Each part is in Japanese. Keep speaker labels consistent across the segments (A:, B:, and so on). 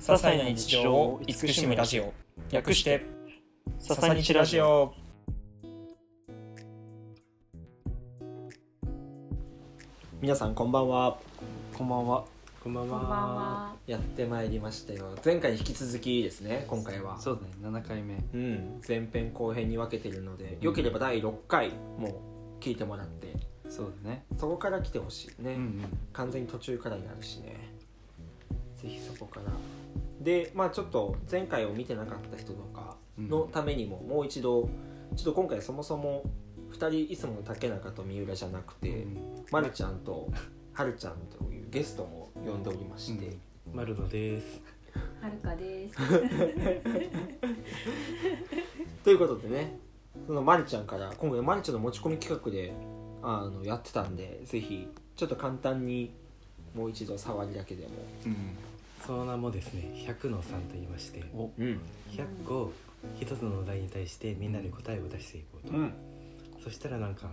A: 些細な日常を慈しむラジオ略して「ささにちラジオ」
B: 皆さんこんばんは
C: こんばんは。
B: こんばん
D: こんばんは。
B: やってまいりましたよ前回に引き続きですね今回は
C: そうだね、7回目。
B: うん前編後編に分けてるのでよければ第6回も聞いてもらって
C: そうだね。
B: そこから来てほしいね、
C: うんうん。
B: 完全に途中からになるしねぜひそこからでまあちょっと前回を見てなかった人とかのためにももう一度ちょっと今回そもそも2人いつもの竹中と三浦じゃなくて、
C: うん
B: まるちゃんとはるちゃんというゲストも呼んでおりまして、
C: うん
E: マルドです。
D: はるかです。
B: ということでねそのまるちゃんから今回まるちゃんの持ち込み企画であのやってたんでぜひちょっと簡単にもう一度触りだけでも、
C: うん。
E: その名もですね、100の3と言いまして、
C: お、
B: うん
E: 100個1つのお題に対してみんなで答えを出していこうと。そしたらなんか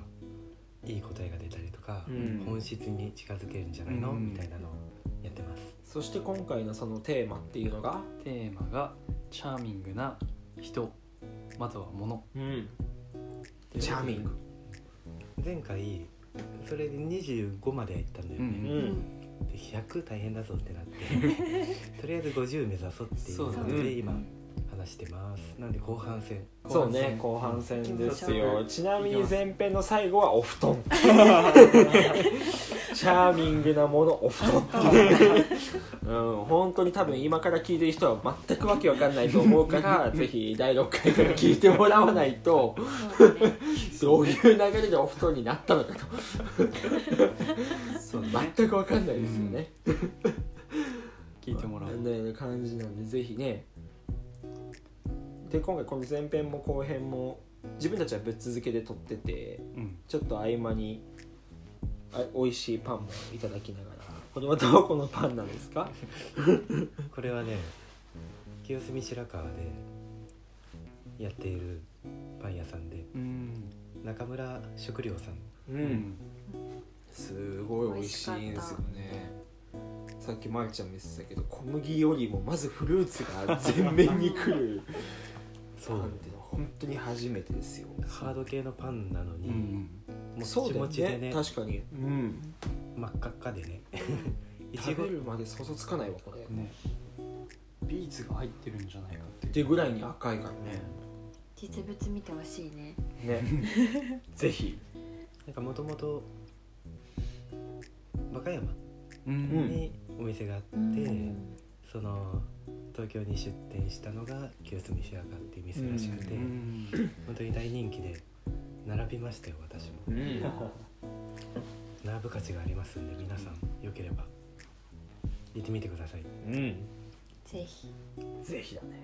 E: いい答えが出たりとか、
B: うん
E: 本質に近づけるんじゃないの、
C: うん
E: みたいなのをやってます。
B: そして今回のそのテーマっていうのが、
C: テーマが、チャーミングな人、または物。
B: チャーミング、
E: 前回それで25までは行ったんだよ
C: う
D: う
E: ね。
D: ん。
E: で100大変だぞってなって、とりあえず50目指そうっていう
C: そう
D: だ
E: の
D: ね
E: で、
C: う
E: 今
C: ん
E: 話してます。なんで後半戦。
B: そうね後半戦ですよ
C: 行きましょう
B: ちなみに前編の最後はお布団 チャーミングなものお布団っていううん本当に多分今から聞いてる人は全くわけわかんないと思うからぜひ第6回から聞いてもらわないと
D: そうだね。
B: どういう流れでお布団になったのかと
C: そうだね。
B: 全くわかんないですよね、
C: 聞いてもらおう。
B: ね感じなんでぜひねで今回この前編も後編も自分たちはぶっ続けで撮ってて
C: うん。
B: ちょっと合間にあ美味しいパンもいただきながらこれはどこのパンなんですか
E: これはね清澄白河でやっているパン屋さんで
C: うん。
E: 中村食料さん
B: う
C: うんん。
B: すごい美味しいんですよねさっきまりちゃんも言ってたけど小麦よりもまずフルーツが全面に来るパ
E: そ
B: ンっ
E: う
B: ていうのは本当に初めてですよ
E: ハード系のパンなの
C: う
E: に、
C: ん。
E: もっちもちでね
B: 確かに、うん、
E: 真っ赤っかでねいち
B: 食
E: ご
B: べるまで想像つかないわこれっ
C: ね。ビーツが入ってるんじゃないかっていう。
B: てぐらいに赤いから
C: ね。
D: 実物見てほしいね。
B: ねぜひ
E: なんかもともと和歌山
C: う
B: うん
C: ん。
E: にお店があって、
D: うん
E: その東京に出店したのが清澄白河っていう店らしくて、
C: うん。
E: 本当に大人気で並びましたよ私も
B: うん
E: 並ぶ価値がありますんで皆さんよければ行ってみてください
B: うん
D: ぜひ。
B: ぜひだね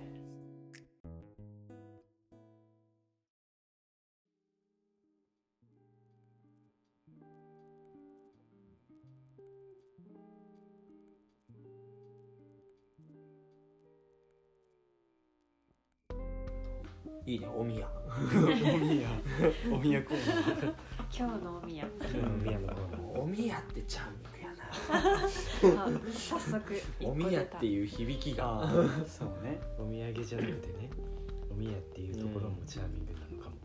B: いいねおみや
C: おみや。おみやコーナー。
D: 今日のおみや。
E: 宮のコーナー
B: おみやってちゃんみやな
D: あ早速一
B: お
D: 個
B: みや
D: 出
B: ったて。いう響きが
E: ああ
C: そうね。
E: お土産じゃなくてねおみやっていうところもチャーミングなのかも、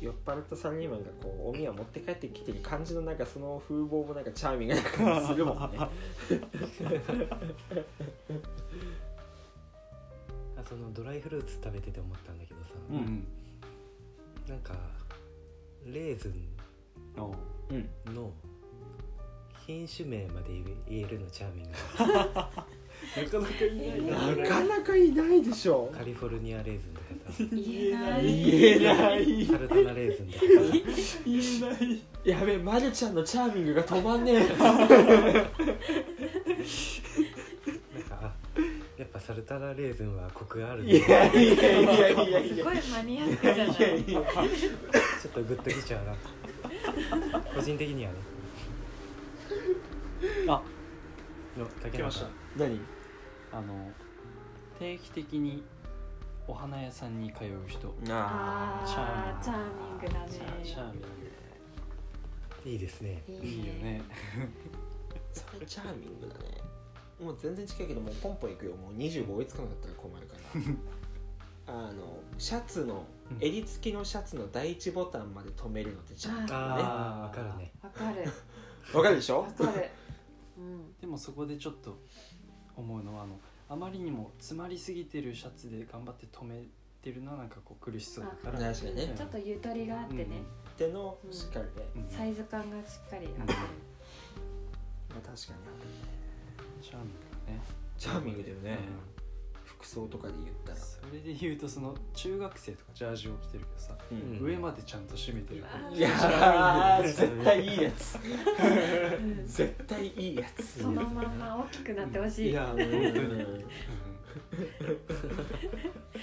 B: 酔っ払ったサラリーマンがこうおみや持って帰ってきてる感じのなんかその風貌もなんかチャーミングな感じするもん ね
E: あそのドライフルーツ食べてて思ったんだけどさ、
C: う
B: うん
C: ん。
E: なんかレーズ
C: おう
B: うん
E: ンの品種名まで言え言えるのチャーミング
C: なかなかいないな。
B: なかなかいないでしょ
E: カリフォルニアレーズンとかさ
D: 言えない。
B: 言えない
E: サルタナレーズンとかさ
B: 言えないやべえまるちゃんのチャーミングが止まんね
E: なんかあやっぱサルタナレーズンはコクがあ
B: え
E: るね
B: いやいやいやいやい
D: す
B: や
D: ごいマニアックじゃない。
E: ちょっとグッときちゃうな個人的にはね
C: あ
E: の竹
C: 来ま
E: 中
C: した
B: 何
C: あの定期的にお花屋さんに通う人
B: あ
D: ああ、チャーミングだ
C: シャシャ
D: ね。
C: ーミン
E: いいですね
D: い
C: グいいよね
B: それチャーミングだねもう全然近いけどもうポンポンいくよもう25追いつかなかったら困るから あのシャツの襟付きのシャツの第一ボタンまで止めるのってちゃんとね
E: ああ分かるね
D: わかる
B: わかるでし
D: わ
B: ょ
D: かるうん
C: でもそこでちょっと思うのはあのあまりにも詰まりすぎてるシャツで頑張って止めてるのはなんかこう苦しそうだから
B: 確かにね
D: ちょっとゆとりがあってね、
B: 手のしっかりね、
C: うんうん
D: サイズ感がしっかりあってる、
B: まあ、確かに
C: チャーミングね
B: チャーミングだよね、
C: うん
B: 服装とかで言ったら、
C: それで言うとその中学生とかジャージを着てるけどさ、
E: うん
C: 上までちゃんと締めてる子
D: うん
B: いやー絶対いいや つ
D: うん
B: 絶対いいやつ
D: そのまんま大きくなってほしい
C: いや
B: う
C: 本当に、
B: ん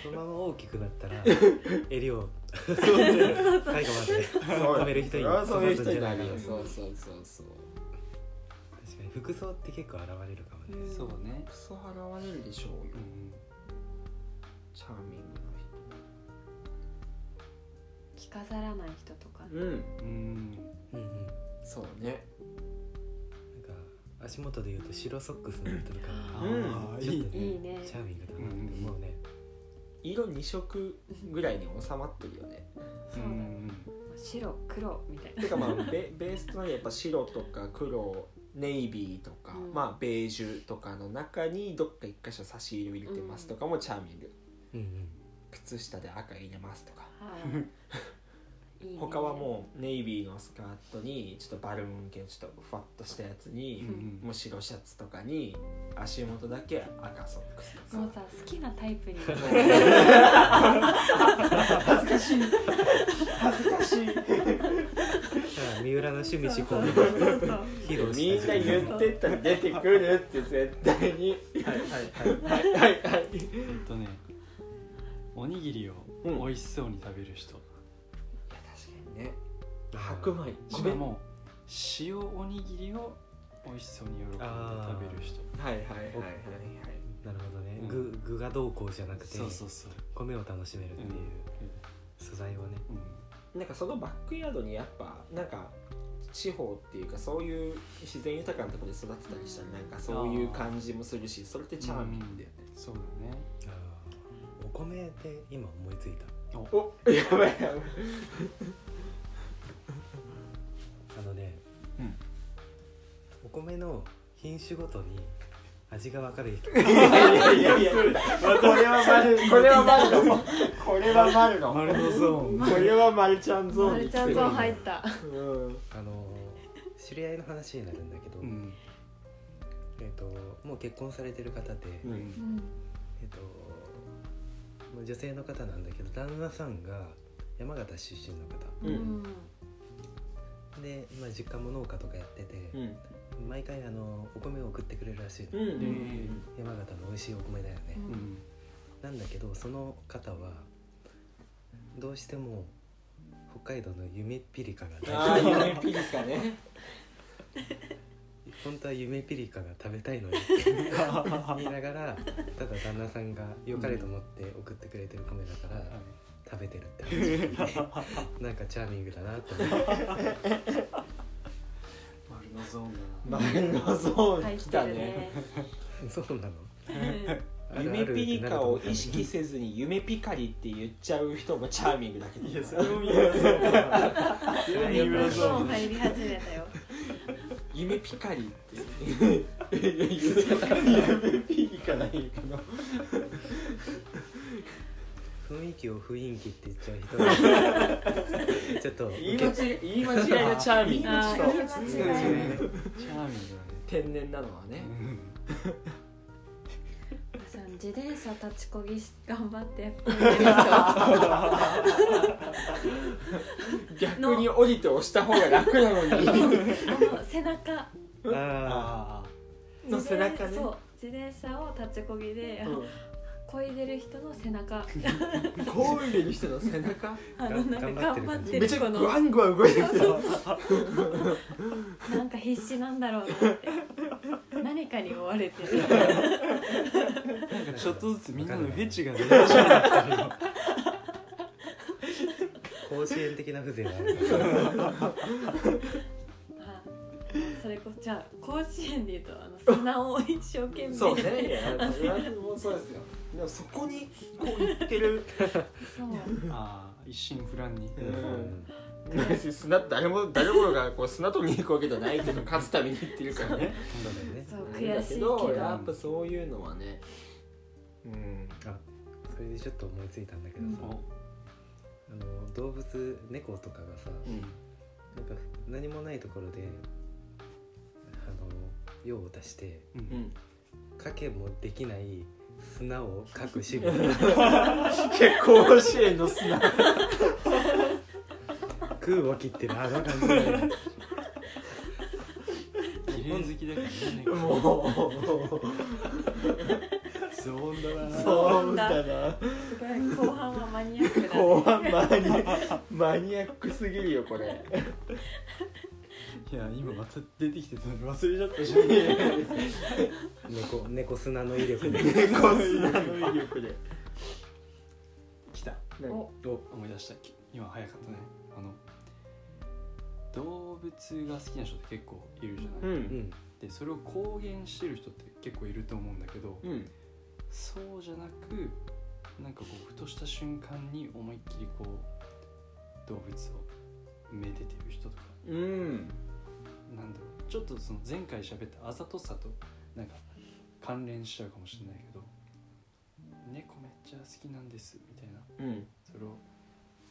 E: そのまま大きくなったら襟をそう最後まで止める人に
B: そういう人にな
E: な
B: る
E: る
B: よ
E: よ
B: そうそうそうそう
E: 確かに服装って結構現れるかもね、
D: うん
C: そうね、
B: クソ払われるでしょうよ
C: うん、
B: チャーミングな人
D: 着飾らない人とか、
B: うん
C: うん、
E: うんうん、なんか
B: そうね
E: 足元で言うと白ソックスの人とか
C: あ
B: うん
C: ー
E: ちょっ
C: い
E: と
C: いね
D: いいね
E: チャーミングだなって思うね、
B: 色2色ぐらいに収まってるよね
D: そうだね白黒みたいな
B: てかまあ ベベースとなるやっぱ白とか黒ネイビーとか、
D: うん
B: まあベージュとかの中にどっか一箇所差し入れを入れてますとかもチャーミング
E: うんうん
B: 靴下で赤入れますとか
D: はいいいね
B: 他はもうネイビーのスカートにちょっとバルーン系のちょっとふわっとしたやつ
C: う
B: に、
C: ん
B: もう白シャツとかに足元だけ赤ソックスと
D: もう
B: か
D: さ好きなタイプに
B: 恥ずかしい
E: だから三浦の趣味思考 で
D: そうそう
E: 披露
B: みん
E: し
B: な
E: たい
B: 言ってたら出てくるって絶対に
C: はいはいはい
B: はいはいはい
C: えっとねおにぎりを
B: うん
C: 美味しそうに食べる人、
B: 確かにね白米
C: これも塩おにぎりを美味しそうに喜んで食べる人
B: はいはいはいはいはい
E: なるほどね、
C: うん
E: 具具がどうこうじゃなくて
C: そうそうそう、
E: 米を楽しめるっていう素材をね
C: うん
B: なんかそのバックヤードにやっぱなんか地方っていうかそういう自然豊かなところで育てたりしたらなんかそういう感じもするしそれってチャーミングだよね
C: そうだね
E: あーお米で今思いついた
B: おやばいやばい
E: あのね、
C: うん
E: お米の品種ごとに味が分かる人
B: いやいやいやこれはマルこれはマルだもんこれはマルの
C: 丸のゾーン
B: これはマルちゃんゾー
D: マ
B: ン
D: ル
B: に来
D: ちゃ
B: て
D: ん
B: る
D: ゾーン入った
B: うん
E: あのー知り合いの話になるんだけど、
C: うん
E: えー、ともう結婚されてる方で、
B: う
C: うんん
E: えー、ともう女性の方なんだけど旦那さんが山形出身の方
D: うん、
B: うん
E: で、まあ、実家も農家とかやってて、
B: うん
E: 毎回あのお米を送ってくれるらしい
B: う
E: の、
B: ん
E: 山形の美味しいお米だよね、
D: うん
C: うん
E: なんだけどその方はどうしても北海道の夢ピリカが
B: ああ
E: 大好き
B: 夢ピリカね
E: 本当は夢ピリカが食べたいのに言いながらただ旦那さんが良かれと思って送ってくれてる米だから食べてるって話聞いてなんかチャーミングだなと思って
C: 丸のゾーンだな
B: マルのゾーン
D: 入っ
B: 来
D: て
B: た
D: る
B: ね
D: ね
E: そうなのあるあ
B: 夢
E: る
B: ピリカを意
E: って
B: 識せずに夢ピカリって言っちゃう人もチャーミングだけど
C: いやそれも見えますよ
D: マ
C: 三浦
D: ル
C: ゾ
D: ゾ
C: ー
D: ー
C: ン
D: ン
C: だ
D: 入り始めたよ
B: 夢ピカリって夢ピリカなんやけど
E: なると思う雰囲気を雰囲気って言っちゃう人がちょっと
B: 言い間違い言い間違いのチャーミング
D: あ
B: そう
D: ー言い間違い
C: チャーミン
B: 天然なのはね
C: グ
D: 私あの自転車立ちこぎし頑張 ってこいでる
B: 逆に降りて押した方が楽なのに
D: 人あの背中
E: あ
C: あ
B: の背中ね
D: そう自転車を立ちこぎであのこいでる人の背中
B: こういう人の背 中
D: あのなんか頑張って
B: めち
D: る
B: ゃ
D: こ
B: グ
D: の
B: ワングワン動い てる
D: なんか必死なんだろうなって何かに追われてる
C: あちょっとずつみんなのフェチがね
E: ー甲子園的な風情があるから
D: あそれこそじゃあ甲子園でいうとあの砂を一生懸命
B: そうねいやもうそうですよでもそこにこう行ってる
D: そう
C: ああ一心不乱に
B: う別に 砂誰も誰もがこう砂取りに行くわけじゃないけ ど勝つために行ってるからね
E: そうだよね
D: そう悔しいけど
B: だやっぱそういうのはねうん
E: それでちょっと思いついたんだけどさ、
C: お
E: あの動物猫とかがさ
B: うん
E: なんか何もないところであの用を出して
C: う
B: うんん
E: かけもできない砂をかく趣 味
B: 結構甲子園の砂
E: 空を切ってるあの感じだよね
C: 綺麗好きだからね
B: も
C: ゾーンだな
B: う
D: ゾ
B: そうだな
D: すごい後半はマニアックだね
B: 後半マニマニアックすぎるよこれ
C: いや今また出てきてたの忘れちゃったし
E: 猫猫砂の威力 で
B: 猫砂の威力で
C: 来た
D: お
E: お
C: 思い出した今早かったねあの動物が好きな人って結構いるじゃない、
E: うんん
C: でそれを公言してる人って結構いると思うんだけど、
B: うん
C: そうじゃなくなんかこうふとした瞬間に思いっきりこう動物をめでてる人とか
B: うん
C: なんだろうちょっとその前回喋ったあざとさとなんか関連しちゃうかもしれないけど猫めっちゃ好きなんですみたいな
B: うん
C: それを、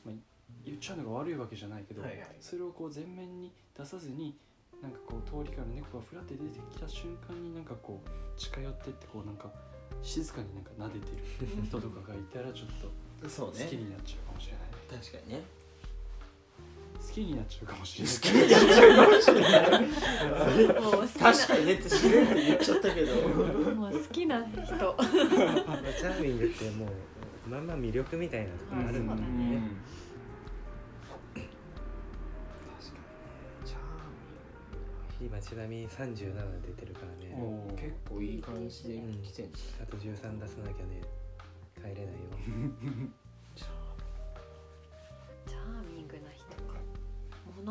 C: まあ、言っちゃうのが悪いわけじゃないけど、
B: はいはい
C: それをこう前面に出さずになんかこう通りから猫がふらって出てきた瞬間になんかこう近寄ってってこうなんか静かになんか撫でてる人とかがいたらちょっと
B: そ
C: 好
B: う
C: き
B: ね
C: になっちゃうかもしれない、
B: 確かにね
C: 好きになっちゃうかもしれない
D: もう好 き
B: 確かにねって自然に言っちゃったけど
D: なもう好きな人
E: まあチャーミングってもうまんま魅力みたいなところあるんだよ
D: う
E: ね、
D: ん
C: 確か
B: チャー
E: 今ちなみに37出てるから
C: に
E: ね
C: お
B: ミー
C: ー
B: 結構いい感じで来てんじ
E: あと13出さなきゃね帰れないよ
D: チャーミングな人か物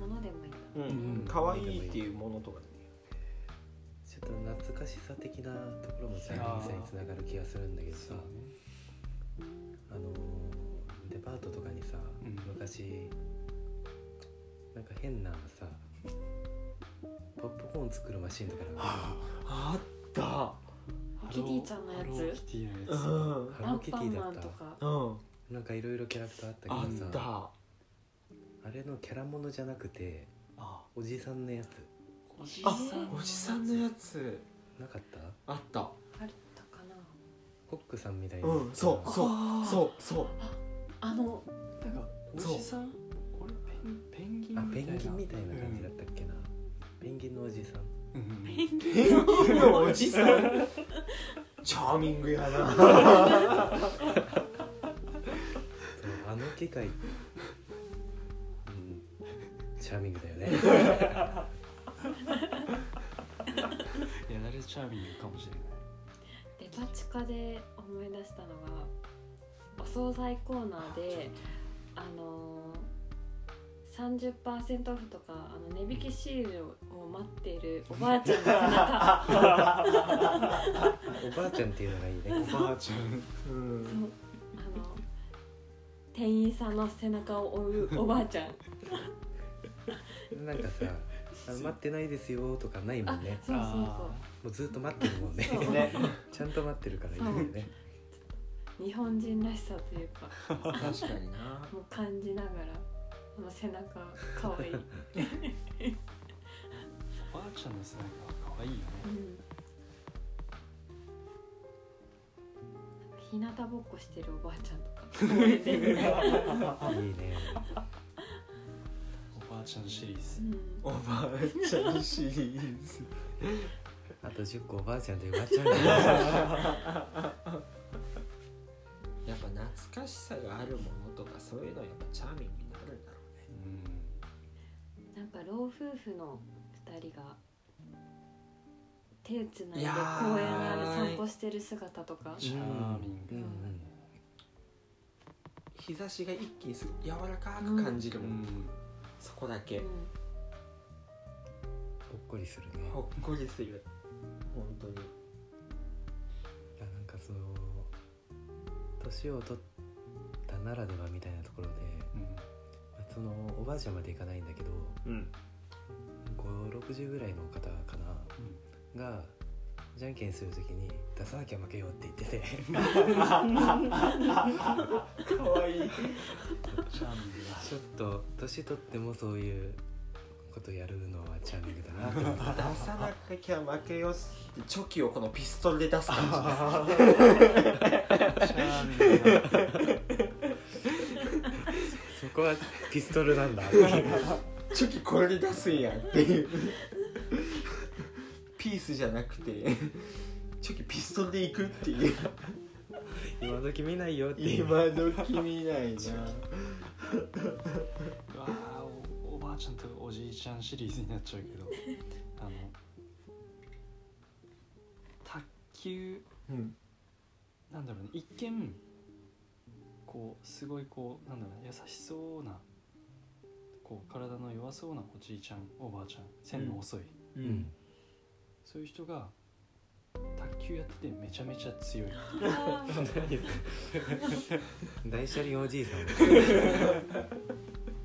D: 物でもいいな
B: ゃんう
E: うん
B: ん可愛いっていうものとかでね
E: ちょっと懐かしさ的なところもチャーミングさにつながる気がするんだけどさ
C: そうね
E: あのーデパートとかにさ、
C: うん
E: 昔なんか変なさポップコーン作るマシンとかなんか
B: あ った
D: ハローキティちゃんのや
C: ハロ
D: つ
C: ーキティのやつ、
B: うん
E: ハ
D: ア
E: ロ
D: ン
E: ーキテ
D: パン
E: ィ
D: マ
E: だ
D: ン
E: った
D: とか
B: うん
E: なんかいろいろキャラクターあった
B: あ
E: けど
B: っ
E: さあ
B: た
E: れのキャラものじゃなくて
C: あ
E: おじさんのやつ
C: おじ
B: あおじさんのやつ
E: なかった
B: あった
D: あったかな
E: コックさんみたいな
B: うんそうそう
C: う
B: そうそう
D: あの
C: なんかお
B: そう
C: じさん俺ペンペンギンみたいな
E: あペンギンみたいな感じだったっけな、ペンギンのおじさん
C: うんうんうん
B: ペンギンのおじさんチャーミングやな
E: そうあの機械うんチャーミングだよね
C: いやあれチャーミングかもしれない
D: デパ地下で思い出したのがお惣菜コーナーであのー、30%オフとかあの値引きシールを待っているおばあちゃんの背中
E: おばあちゃんっていうのがいいね
C: おばあちゃん
B: う
D: そうんあの店員さんの背中を追うおばあちゃん
E: なんかさあの「待ってないですよ」とかないもんね
D: そうそう
E: もうずっと待ってるもんね
D: そう
B: ね
E: ちゃんと待ってるからいいんだよね
D: そう日本人らしさというか
B: 確かにな
D: もう感じながらこの背中かわいい、うん、
C: おばあちゃんの背中は可愛いよね
D: 日向ぼっこしてるおばあちゃんとかこれで
E: いいね
C: おばあちゃんシリーズ
D: うん
B: おばあちゃんシリーズ
E: あと10個おばあちゃんで埋まっちゃうんだよね
B: やっぱ懐かしさがあるものとかそういうのはやっぱチャーミングになるんだろうね
C: う
D: なんか老夫婦の2人が手つな
B: い
D: いで
B: やー
D: 公園を散歩してる姿とか
C: んチャーミン
E: う
C: グ
E: ん
B: 日差しが一気にす柔らかく感じる
C: う
B: もん、
C: ん
B: そこだ
D: う
B: け
D: ん
E: うんほっこりするね
B: ほっこりする本当に
E: いやなんかその年を取ったならではみたいなところで、
C: うん
E: まあそのおばあちゃんまでいかないんだけど
B: うん
E: 560ぐらいの方かな
C: うん
E: がじゃんけんするときに出さなきゃ負けようって言ってて
B: かわいい
C: チャーミングだ
E: ちょっと年取ってもそういうことやるのはチャーミングだなと思って
B: 出さなきゃ負けよしってチョキをこのピストルで出す感
C: チャーミングだ
E: そこはピストルなんだ
B: じチョキこれで出すんやっていうピースじゃなくてチョキピストルでいくっていう
E: 今時見ないよっていう
B: 今時見ないな
C: うわあおおばあちゃんとおじいちゃんシリーズになっちゃうけどあの卓球
B: うん
C: なんだろうね一見こうすごいこうなんだろう、ね、優しそうなこう体の弱そうなおじいちゃんおばあちゃん線の遅い、
B: う
E: うん
C: そういう人が卓球やっててめちゃめちゃ強い
D: あー
E: 大車輪おじいさん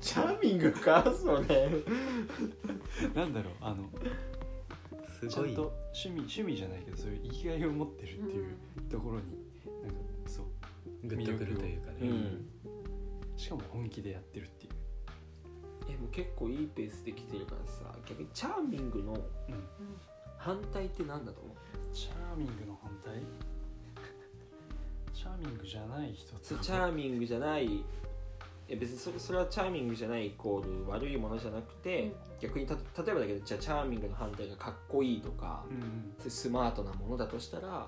B: チャーミングかそれ
C: なんだろうあの
E: す
C: ちゃ
E: ご
C: ん
E: い
C: と趣味趣味じゃないけどそういう生きがいを持ってるっていうところになんかそう
E: グッとくるというかね、
C: しかも本気でやってるっていう
B: えもう結構いいペースで来てるからさ逆にチャーミングの反対って何だと思う
C: チャーミングの反対チャーミングじゃない人
B: そ
C: と
B: うチャーミングじゃないいや別にそれそれはチャーミングじゃないイコール悪いものじゃなくて、
D: うん
B: 逆にた例えばだけどじゃあチャーミングの反対がかっこいいとか
C: う、ん
B: そういうスマートなものだとしたら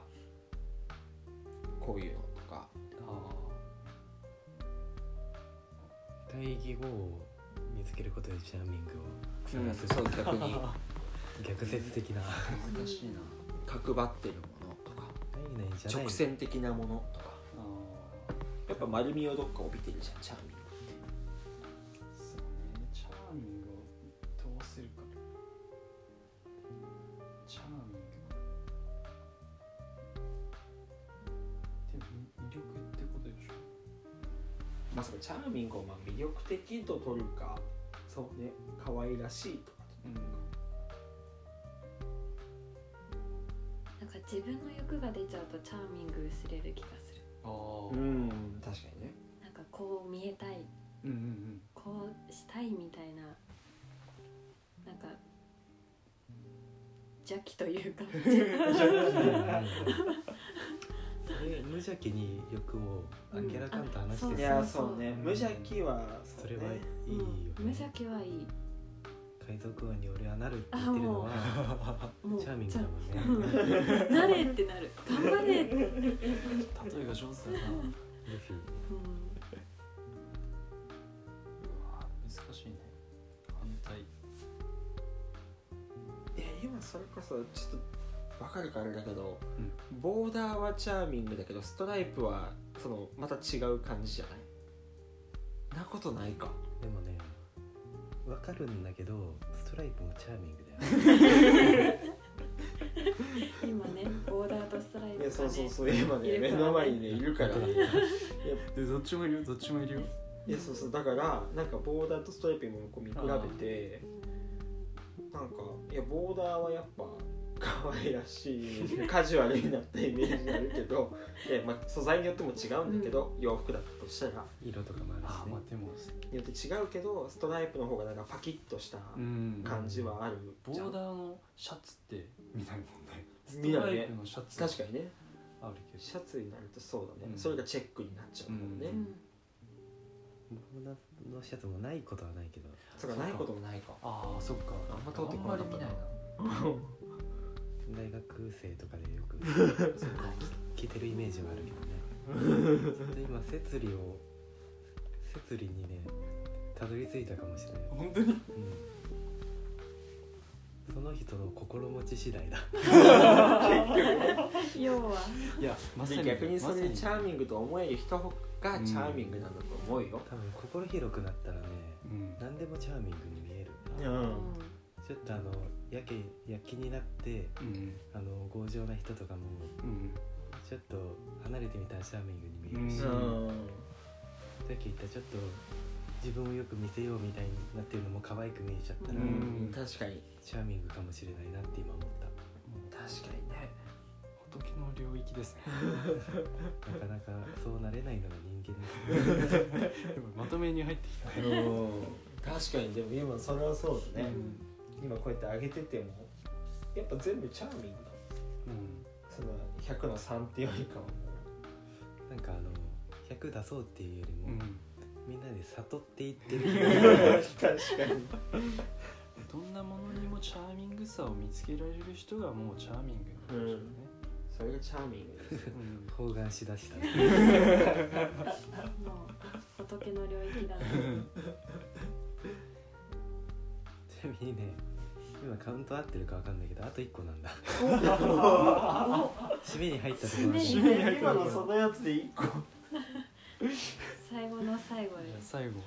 B: こういうのとか
C: あ
E: 対義語を見つけることでチャーミングを
B: うん
E: 探す、
B: そう逆に
C: あ
E: 逆説的な
C: 難しいな
B: 角張ってるものとか
E: 何々じゃない
B: 直線的なものとか
C: あ
B: やっぱ丸みをどっか帯びてるじゃんチャーミング
C: ーそうねチャーミングをどうするかチャーミングでも魅力ってことでしょ
B: まあそのチャーミングをまあ魅力的と取るかそうね可愛らしいとか
C: うん
D: なんか自分の欲が出ちゃうとチャーミング薄れる気がする
C: ああ
B: ん確かにね
D: なんかこう見えたい
C: うんうん
D: こうしたいみたいななんか邪気というか
E: それ無邪気に欲をあっけらかんと話して
D: うんあ
E: る
B: い
D: そ
B: や
D: う
B: そうね無邪気は
E: そうれ
B: ね
E: はいい
D: う
E: よ
D: ん無
E: ね
D: 邪気はいい
E: 海賊王に俺はなるって言ってるのは
D: もう
E: チャーミングだも
D: チャ
E: んね
D: ー なれってなる頑張れって、う
C: 例
D: ん、
C: えが上手だな
E: ルフィ
C: うわー難しいね反対
B: いや今それこそちょっとわかるかあれだけど、
C: うん
B: ボーダーはチャーミングだけどストライプはそのまた違う感じじゃないなことないか
E: でもねわかるんだけどストライプもチャーミングだよね
D: 今ねボーダーとストライプが、ね、
B: そう今
D: いるからね
B: ねいるからねい
C: でどっちもいるよどっちもいるよ
B: やそうそうだからなんかボーダーとストライプもこう見比べてなんかいやボーダーはやっぱ可愛らしいイメージカジュアルになったイメージがあるけどいや、まあ、素材によっても違うんだけど、洋服だとしたら
E: 色とかもあ
C: あーまあ
E: る
C: でも
B: によって違うけどストライプの方がなんかパキッとした
C: うん
B: 感じはある
C: ボ
B: じゃん
C: ーダーのシャツって見ないもんねス
B: 見
C: ト
B: な
C: ラ
B: いね
C: イプのシャツ
B: 確かにね
C: あるけど
B: シャツになるとそうだね、
C: うん
B: それがチェックになっちゃうもんね、
D: うん
E: ねボーダーのシャツもないことはないけど
B: そうかないこともないか
C: ああそっか
B: あんま通ってこなかったな
C: あんま
E: 大学生とかでよ く
C: り見ないなそっか
E: 着てるイメージはあるけどねちょっと今摂理を摂理にねたどり着いたかもしれない、
C: 本当に
E: うん、その人の心持ち次第だ
D: 要はい
C: やまさ
B: で
C: に
B: 逆にそれでチ
C: ャ
B: ャーミングと思える人がチャーミングなんだと思うよ、
E: 多分心広くなったらね
C: うん
E: 何でもチャーミングに見える
B: うん
D: うん
E: ちょっとあのやけや気になって
C: うん
E: あの強情な人とかも
C: うん
E: ちょっと離れてみたらチャーミングに見えるし、
C: うん
E: さっき言ったちょっと自分をよく見せようみたいになってるのも可愛く見えちゃったら、
C: うん
B: 確かに
E: チャーミングかもしれないなって今思った。
B: 確かにね
C: 仏の領域ですね
E: なかなかそうなれないのが人間ですね。
C: でもまとめに入ってきたね
B: 確かにでも今それはそうだね、
C: うん
B: 今こうやって上げててもやっぱ全部チャーミングだ
C: うん
B: その100の3ってよりかはも
E: なんかあの100出そうっていうよりも、
C: うん
E: みんなで悟っていって
B: う
E: る。
B: 確かに
C: どんなものにもチャーミングさを見つけられる人がもうチャーミングなんでしょ
B: それがチャーミング です
C: うね、うん
E: 方眼しだしたね。
D: もう仏の領域だね
E: ちなみにね、今カウント合ってるかわかんないけど、あと1個なんだ。 締めに入ったところ
D: 締
E: で。
D: めに入
B: 今のそのやつで1個
D: 最後の最後です
C: 最後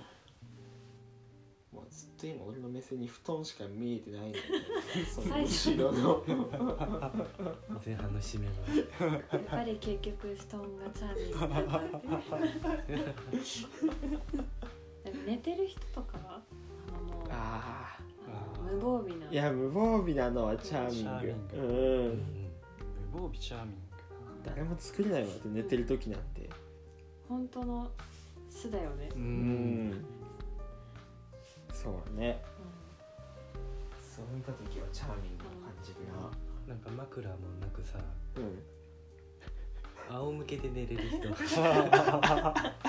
B: もうずっと今俺の目線に布団しか見えてないん だ
D: 最初
B: けどその後ろ の
E: 前半の締めは。
D: やっぱり結局布団がチャーミングだったってでも寝てる人とかはあのもうあ
B: あ
D: の無防備な
B: あいや無防備なのはチャーミング
C: チャーミン
B: う
E: うん
B: ん
C: 無防備チャーミン
B: 誰も作れないわって寝てる時なんて
D: 本当の素だよね、
B: う
E: う。
B: ん んそうだねそう見た時はチャーミングを感じる
E: なんか枕もなくさ、
B: な
E: 仰向けで寝れる人。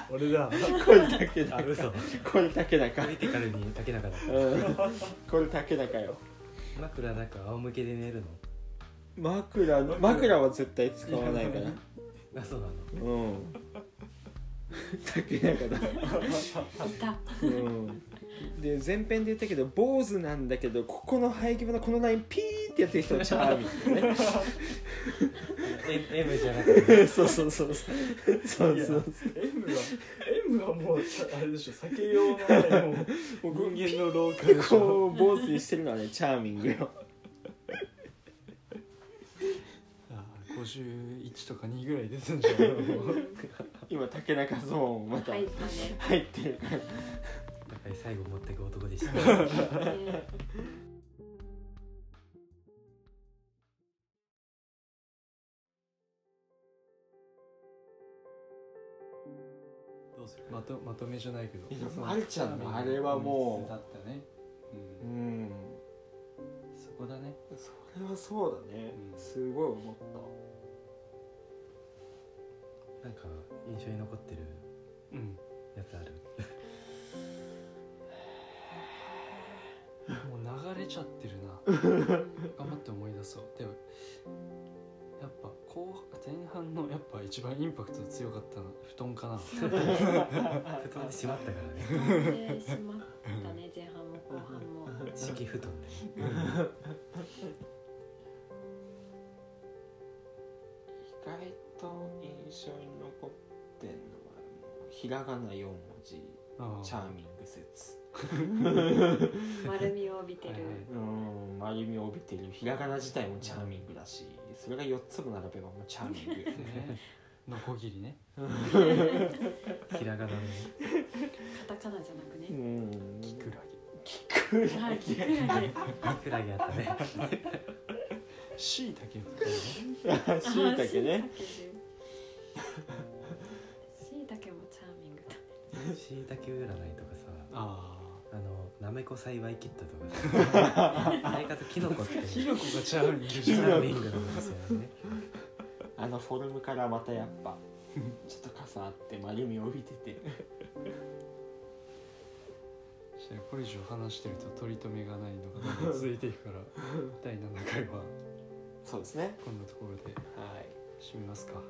B: 俺だ声だけ だ
E: あ、嘘。
B: 声だけだか
E: 見てからに竹中だ。
B: うんこれ竹だかよ
E: 枕なんか仰向けで寝るの。
B: 枕の枕は絶対使わないから
E: あ、そうなの。
B: うん竹中だ
D: うん、いた
B: うんで前編で言ったけど坊主なんだけどここの生え際のこのラインピーってやってる人もチャーミングね
E: M, M じゃなくて。
B: そうそうそうそうそうそう
C: グ M は M はもうあれでしょ酒用のねもう人間の老化
B: でこう坊主にしてるのはねチャーミングよ
C: 51とか2ぐらい出てんじゃん
B: 今竹中ゾーンまた
D: 入ったね
B: 入ってるから
E: やっぱり最後持ってく男でした。
D: ね
C: どうするまとまとめじゃないけど
B: いやまるちゃんのあれはもう
C: だったね、う、
B: うんん
C: そこだね
B: それはそうだね
C: うん
B: すごい思った
E: なんか印象に残ってる
C: うん
E: やつある。
C: もう流れちゃってるな 頑張って思い出そうでもやっぱ後前半のやっぱ一番インパクト強かったの布団かな
E: 布団で閉まったからね。
D: でしまったね前半も後半も
E: 敷布団でね。
B: 意外と印象に残ってんのはもうひらがな4文字
C: ああ
B: チャーミング説
D: 丸みを帯びてる
C: はいはい
B: ー
C: う
B: ん丸みを帯びてるひらがな自体もチャーミングだしそれが4つも並べばもうチャーミング
C: ねのこぎりね
E: ひらがなの
D: カタカナじゃなく
B: うー
D: ね
B: ん
C: キクラゲ
B: くら
D: はい
B: げ
E: ふらぎあったね。
C: しいたけみたいなね
B: しいたけね
D: しいたけもチャーミングだ
E: しいたけ占いとかさ、
C: あ
E: あのなめこ栽培キットとか さ、あれかとキノコって
C: あキノコがチャーミング
E: チ
C: じゃん
E: ャーミングなんですよね。
B: あのフォルムからまたやっぱちょっと重なって丸みを帯びてて
C: これ以上話してると取り留めがないのがどんどん続いてい くから第7回は
B: そうですね
C: こんなところで
B: はい
C: 締めますかは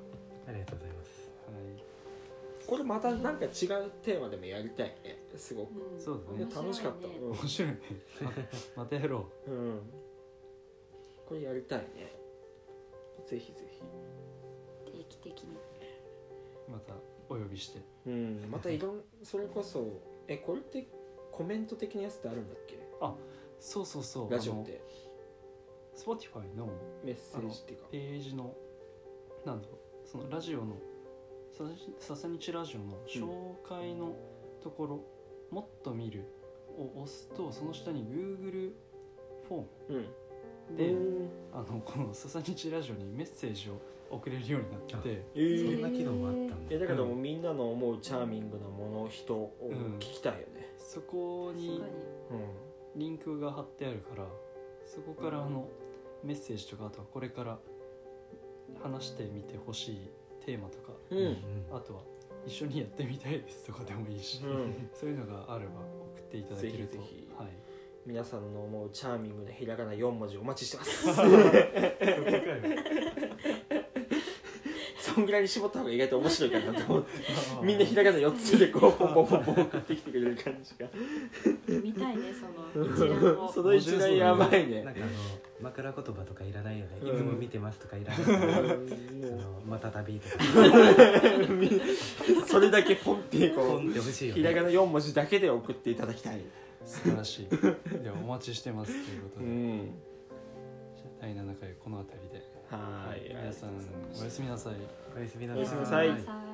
E: ありがとうございます。
C: い
B: これまたなんか違うテーマでもやりたいねすごく
D: うん
C: そうだ
B: いや
C: ね
D: 面白い
B: 楽しかった
D: ね
B: う、
C: 面白いね ままたやろうん
B: うん、これやりたいねぜひぜ
D: 定期的に
C: またお呼びして
B: ひうんまたいろんそれこそえこれってコメント的なやつってあるんだっけ
C: そうそうそう
B: ラジオって
C: あの Spotify の
B: メッセージっていうか
C: ページのなんだろうそのラジオのさささにちラジオの紹介のところ「もっと見る」を押すとその下に Google フォ
B: うん
C: ームで
B: うん
C: あのこの「ささにちラジオ」にメッセージを送れるようになってて
B: え
E: そ
B: ー
E: んな機能もあったん
B: いや
E: だ
B: だけどもうみんなの思うチャーミングなもの人を聞きたいよね
C: そこに
D: 確かに
B: う
C: リンクが貼ってあるからそこからあのメッセージとかあとはこれから話してみてほしいテーマとか
B: ん
E: うん
C: あとは一緒にやってみたいですとかでもいいし、
B: うん
C: そういうのがあれば送っていただけると
B: ぜひぜひ
C: はい、
B: 皆さんの思うチャーミングなひらがな4文字お待ちしてます
E: そこかよ
B: そんぐらいに絞った方が意外と面白いかなと思 ってみんなひらがな4つでこうポンポンポンポン送ってきてくれる感じが
D: 見たいねその一覧 を
B: その一覧やばい
E: なん
B: ね
E: かあの枕言葉とかいらないよね、
B: うん
E: いつも見てますとかいらない、 あ
B: も
E: のまた旅とか
B: うみそれだけポンってこ
E: ポンってほしいうよ
B: ひら
E: ね
B: がな4文字だけで送っていただきたい
C: 素晴らしいではお待ちしてますということ
B: う
C: で、
B: ん
C: じゃあ第7回この辺りで
B: はーい
C: 皆さんおやすみなさい
E: おやすみな
B: おやすみなさ
D: ご
B: い
D: めんなさい